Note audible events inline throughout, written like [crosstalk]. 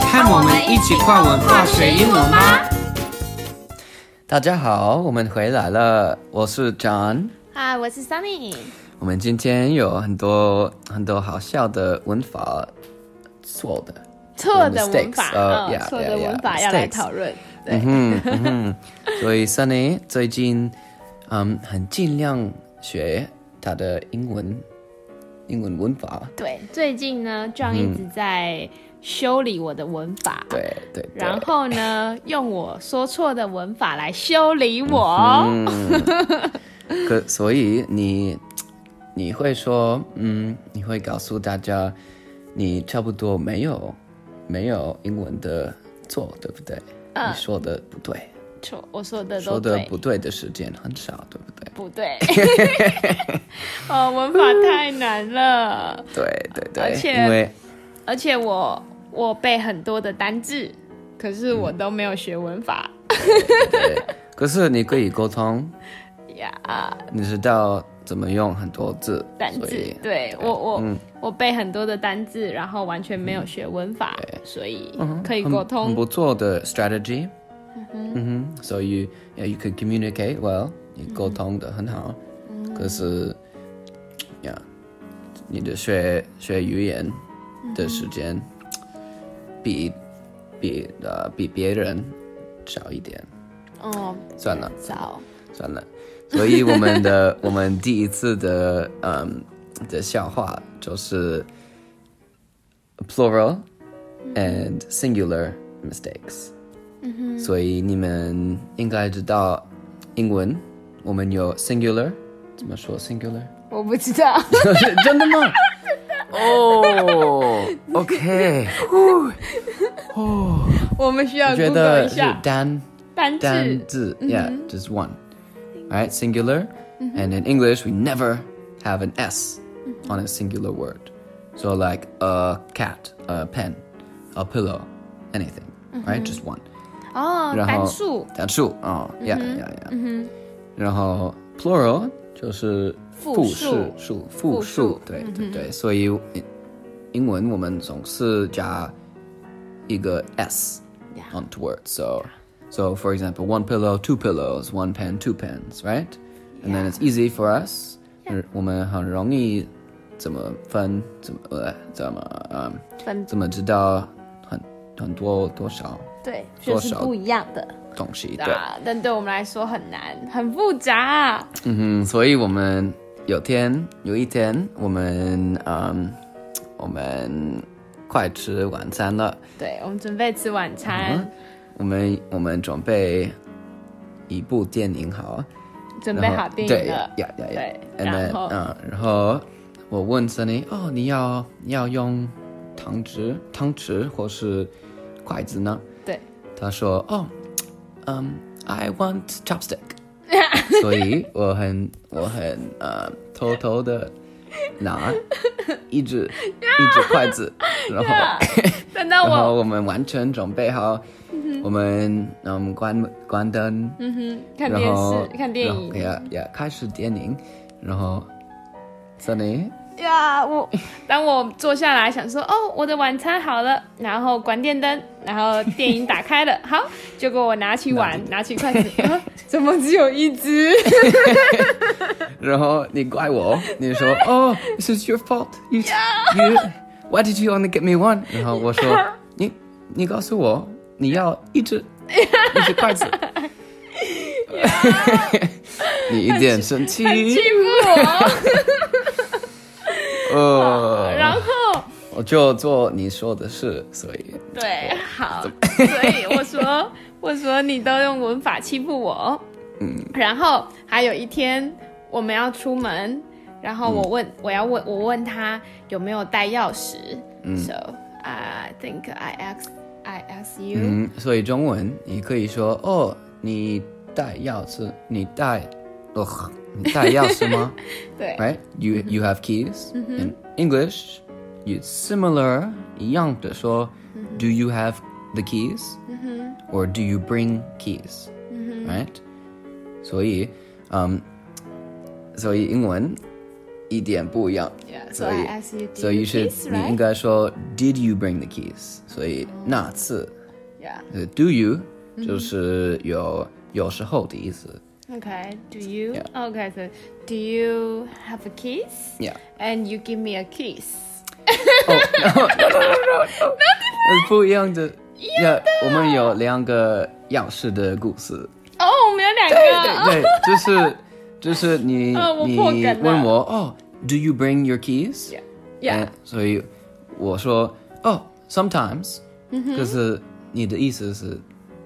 和我们一起跨文化学英文吧！大家好，我们回来了，我是 John。嗨，啊我是 Sunny。我们今天有很多很多好笑的文法错的，错的文 Mistakes，法，呃嗯， yeah，错的 yeah，文法 yeah，要来 mistakes 讨论。对嗯，哼嗯哼，所以 Sunny 最近嗯很尽量学他的英文英文文法，对，最近呢，John 一嗯直在修理我的文法，对对对。然后呢，用我说错的文法来修理我。嗯，可所以你你会说，嗯，你会告诉大家，你差不多没有没有英文的错，对不对？你说的不对，错，我说的说嗯都的对，不对的时间很少，对不对？不 [laughs] 对。 [laughs] 哦，文法太难了，对对而对，且因为而且我我背很多的单字，可是嗯我都没有学文法对，可是你可以沟通，呀。你知道怎么用很多字，单所字以，对我我、嗯我背很多的单字，然后完全没有学文法，所以可以嗯很沟很通。不错的 strategy。嗯哼，所以 yeah, you could communicate well，你嗯沟通的很好。可是呀你的学学语言的时间比比呃比别人少一点，哦，算了糟，算了。所以我们的 [laughs] 我们第一次的嗯的笑话就是 plural and singular mistakes。所以你们应该知道英文，我们有 singular，怎么说 [laughs] singular？我不知道，真的吗？哦、o [laughs] k 我们需要我觉 Google 一得是下单单单字。字，yeah，just one。All right, singular. And in English, we never have an S on a singular word. So like a cat, a pen, a pillow, anything. Right, just one. 哦，然后单数单数啊、哦、，yeah yeah yeah，、然后 plural 就是复数数数复复数数，对对对，所以英英文我们总是加一个 s Yeah. onto words，so so for example one pillow two pillows one pen two pens right and then it's easy for us，、我们很容易怎么分怎么呃怎么嗯分怎么知道很很多多少对，多少一样的东西对。啊，但对我们来说很难，很复杂。嗯，所以我们有天有一天，我们嗯，我们快吃晚餐了，对，我们准备吃晚嗯餐，，我们我们准备一部电影好，准备然后好电对影了。呀呀呀对， And 然 then，后嗯，然后我问森林，哦，你要你要用汤匙、汤匙或是筷子呢？对，他说：“哦，嗯，I want [laughs] chopstick。”所以我很我很呃偷偷的拿一 [laughs] 只一只筷子，然后等到 [laughs] 然我后我们完全准备好，我们嗯关关灯，嗯看然电后视、看电然后影，也也开始电影，然后这里呀我 [laughs] 当我坐下来想说，哦，我的晚餐好了，然后关电灯，然后电影打开了，好，结果我拿起碗， [laughs] 拿起筷子， [laughs] 啊怎么只有一只？然后你怪我， [laughs] 你说哦，this is your fault. You, you, why did you only get me one？然后我 [laughs] 说你你告诉我你要一只一只筷子。 [laughs] 你一点生欺气，负我，呃，然后我就做你说的事，所以对， [laughs] 好，所以我说，我说你都用文法欺负我。嗯，然后还有一天我们要出门，然后我问，我要问，我问他有没有带钥匙。嗯，So I think I ask I ask you、嗯，所以中文你可以说哦，你带钥匙，你带，哦，你带钥匙吗？ [laughs] [laughs] 对 right? You Mm-hmm. you have keys. In English, it's similar 一样的说 Mm-hmm. Do you have the keys? Or do you bring keys? Mm-hmm. Right? 所以，嗯，所以英文一点不一样。 Yeah, so, 所 I 以 asked you, do So you you should， kiss, 你应 right? Oh. 该说 Did you bring the keys？所以那次 Yeah. 呃 Do you Mm-hmm. 就是有有时候的意思。 Okay. Do you? Yeah. Okay. So, do you have a kiss? Yeah. And you give me a kiss. 呃，不一样的。要我们有两个样式的故事。哦，我们有两个。对，就是就是 [laughs] 你、哦我你破梗了问我哦，Do you bring your keys？ [laughs] 嗯 Yeah. Yeah. 所以我说哦，sometimes，、可嗯是你的意思是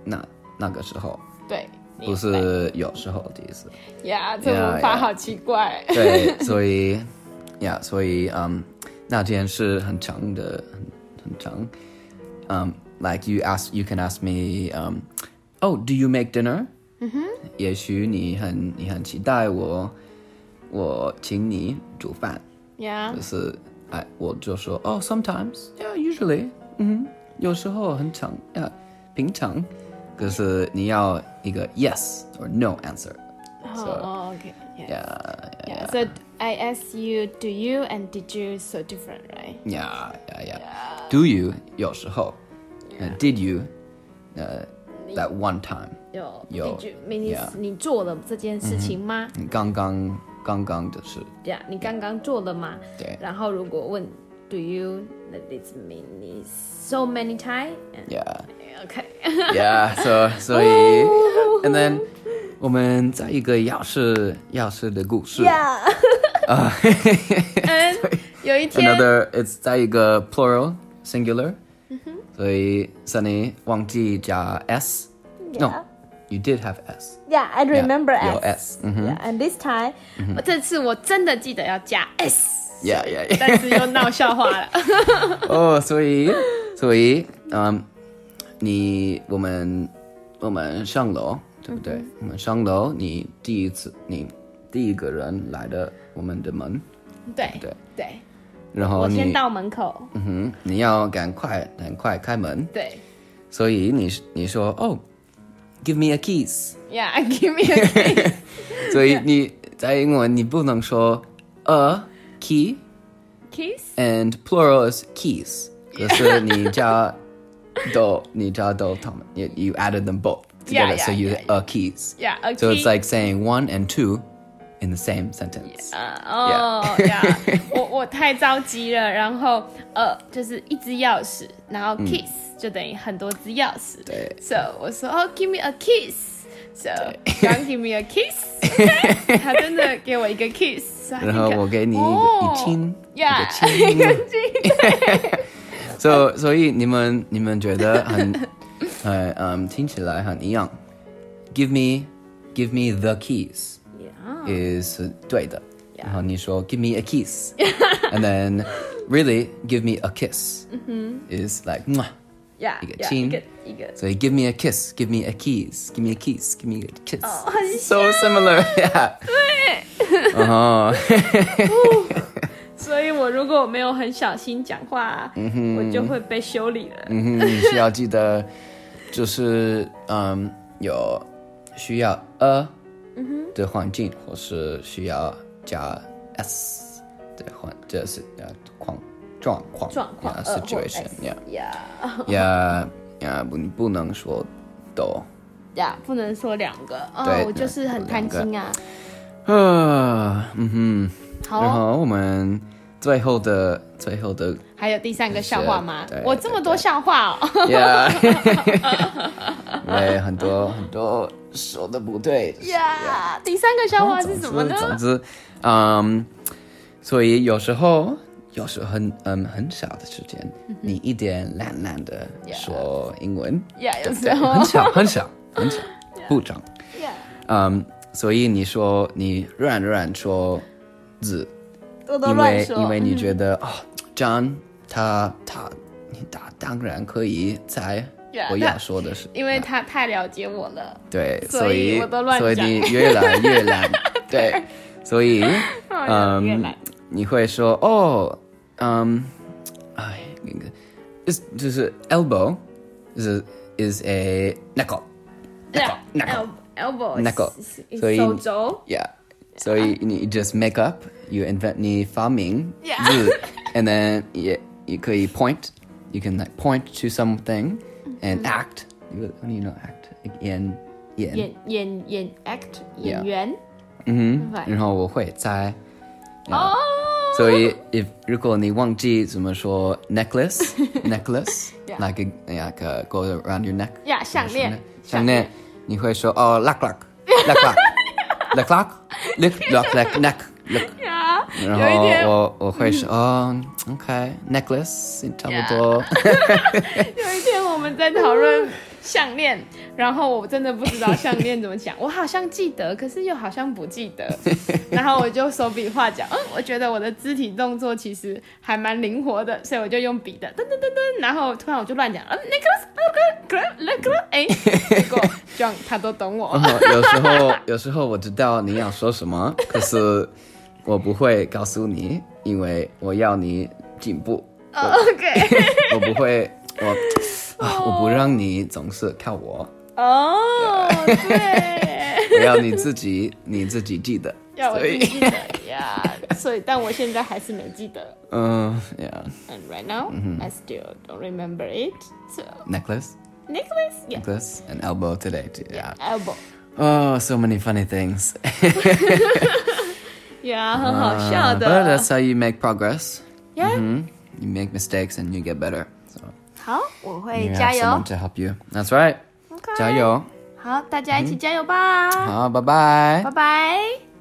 那那个时候，对。你嗯不是有时候的意思。呀，这 Yeah, 文法 yeah. 好奇怪。对，所以 [laughs] 呀，所以嗯，那天是很长的，很很长。嗯、um,，like you ask, you can ask me, um, oh, do you make dinner? 嗯哼，也许你很你很期待我，我请你煮饭，呀可，是哎，我就说哦、s o m e t i m e s yeah, usually，嗯哼，有时候很长呀，平常，可是你要一个 yes or no answer，哦，OK。Yeah. 呀 Yeah. So I asked you, do you and did you so different, right? Yeah, yeah, yeah. Do you 有时候 uh, did you 呃、that one time 有有 did you means Yeah. 嗯你做了这件事情吗？你刚刚刚刚的事，呀，你刚刚做了吗？对然后如果问 Do you? That it means so many times. yeah, [laughs] OK. yeah. So 所以 and then 我们在一个钥匙钥匙的故事 Yeah. [laughs] 嗯，有一天 Another it's 在一个 plural singular，、所以 Sunny 忘记加 s。No, you did have s. Yeah, I remember Yeah, S. your S. Yeah, and this time, 嗯这次我真的记得要加 S， Yeah, yeah, yeah. 但是又闹笑话了。 [laughs] [laughs] 哦，所以，所以，嗯，你我们我们上楼，对不对？嗯我们上楼，你第一次，你第一个人来的我们的门，对对对，然后我先你，到门口。嗯哼，你要赶快赶快开门，对所以你你说哦，give me a kiss， ，Yeah，give me a kiss。所以你在英文你不能说 a key Kiss? and plural is [laughs] keys，可是你加 do 你加 do 他们，you you added them both Yeah, together, so yeah, you yeah, a keys. Yeah, [laughs] a So it's key. like saying one and two in the same sentence. 啊哦呀，我我太着急了，然后呃，就是一只钥匙，然后 kiss、就等于很多只钥匙。嗯对，so 我说哦，give me a kiss。So, don't give me a kiss. [laughs] okay？他真的给我一个 kiss，所以他然后就我给你一个哦一亲一个 yeah, [laughs] 一个 [laughs] 亲， So 所以你们你们觉得很呃嗯听起来很一样。Give me give me the keys is Uh, 对的。然后你说 give me a kiss, and then really give me a kiss is like mwah. 呀，一个呀亲一个一个 So you give me a kiss, give me a kiss, give me a kiss, give me a kiss. 很 so similar, [laughs] yeah. 所以我如果我没有很小心讲话，嗯我就会被修理了。嗯哼，需要记得，就是嗯，有需要 a 的环境，或是需要加 s 的环，这是呃状况状况状况 yeah, 二或 situation S yeah 呀 yeah yeah 不你不能说都呀，不能说两个哦对，我就是很贪心啊。啊嗯好哼哦然后我们最后的最后 [laughs] 的还有第三个笑话吗对？我这么多笑话哦。 [laughs] Yeah，因为很多很多说的不对。哦呀，第三个笑话总是之什么呢总？之，嗯，所以有时候，有时候很嗯很少的时间，嗯你一点懒懒的说英 [laughs] 文呀，有时对，候很少很少很 [laughs] 少，不长。嗯，所以你说你乱乱说字，多多因乱为说。嗯因为你觉得啊、j o h n 他他他当然可以猜 Yeah，我要他说的是， [laughs] 因为他太了解我了，对，所所以以我都乱所以讲你越来越 [laughs] 懒，对，所以越嗯懒，你会说哦，嗯，哎，那个就是就是 elbow 就是 is a knuckle，对啊，elbow elbow 那个是是所以手肘 yeah， So you, you just make up, you invent 你发明 [laughs] Yeah. [laughs] and then you, you could point, you can like point to something and Mm-hmm. act. You- What do you know? Act 演演，演演演 act Yeah. 演员嗯哼， right. Oh, 然后我会猜。哦。所以 if 如果你忘记怎么说 [laughs] necklace necklace Yeah. like a like a go around your neck Yeah，项链项链，你会说哦 luck luck [laughs] luck luck luck luck luck luck luck neck luck， [laughs] 呀，然有一天后我我会说哦 OK necklace 差不多，有一天我们在讨论项链，然后我真的不知道项链怎么讲，我好像记得，可是又好像不记 [laughs] 得。然后我就手比划讲，嗯，我觉得我的肢体动作其实还蛮灵活的，所以我就用笔的噔噔噔噔，然后突然我就乱讲，嗯，那个呃那个那个，哎，结果 John 他都懂我 [laughs] [laughs] 然。后有时候有时候我知道你要说什 [laughs] 么，可是我不会告诉你，因为我要你进步。哦 [laughs] OK， [laughs] 我不会，我啊，我不让你总是看我，哦， [laughs] 对。我要你自己，你自己记得。要我所记以，记得呀，所以但我现在还是没记得。嗯、yeah, And right now, Mm-hmm. I still don't remember it. So necklace, necklace, yeah, necklace, and elbow today. Too. Yeah. elbow, Oh, so many funny things. [laughs] yeah，很 [laughs] Uh, 好笑 but 的。 that's how you make progress. Yeah， Hmm? You make mistakes and you get better. So 好，我会 you 加 have 油 someone。to help you. That's right. OK 加油。好，大家一起加油吧，好，拜拜。拜拜。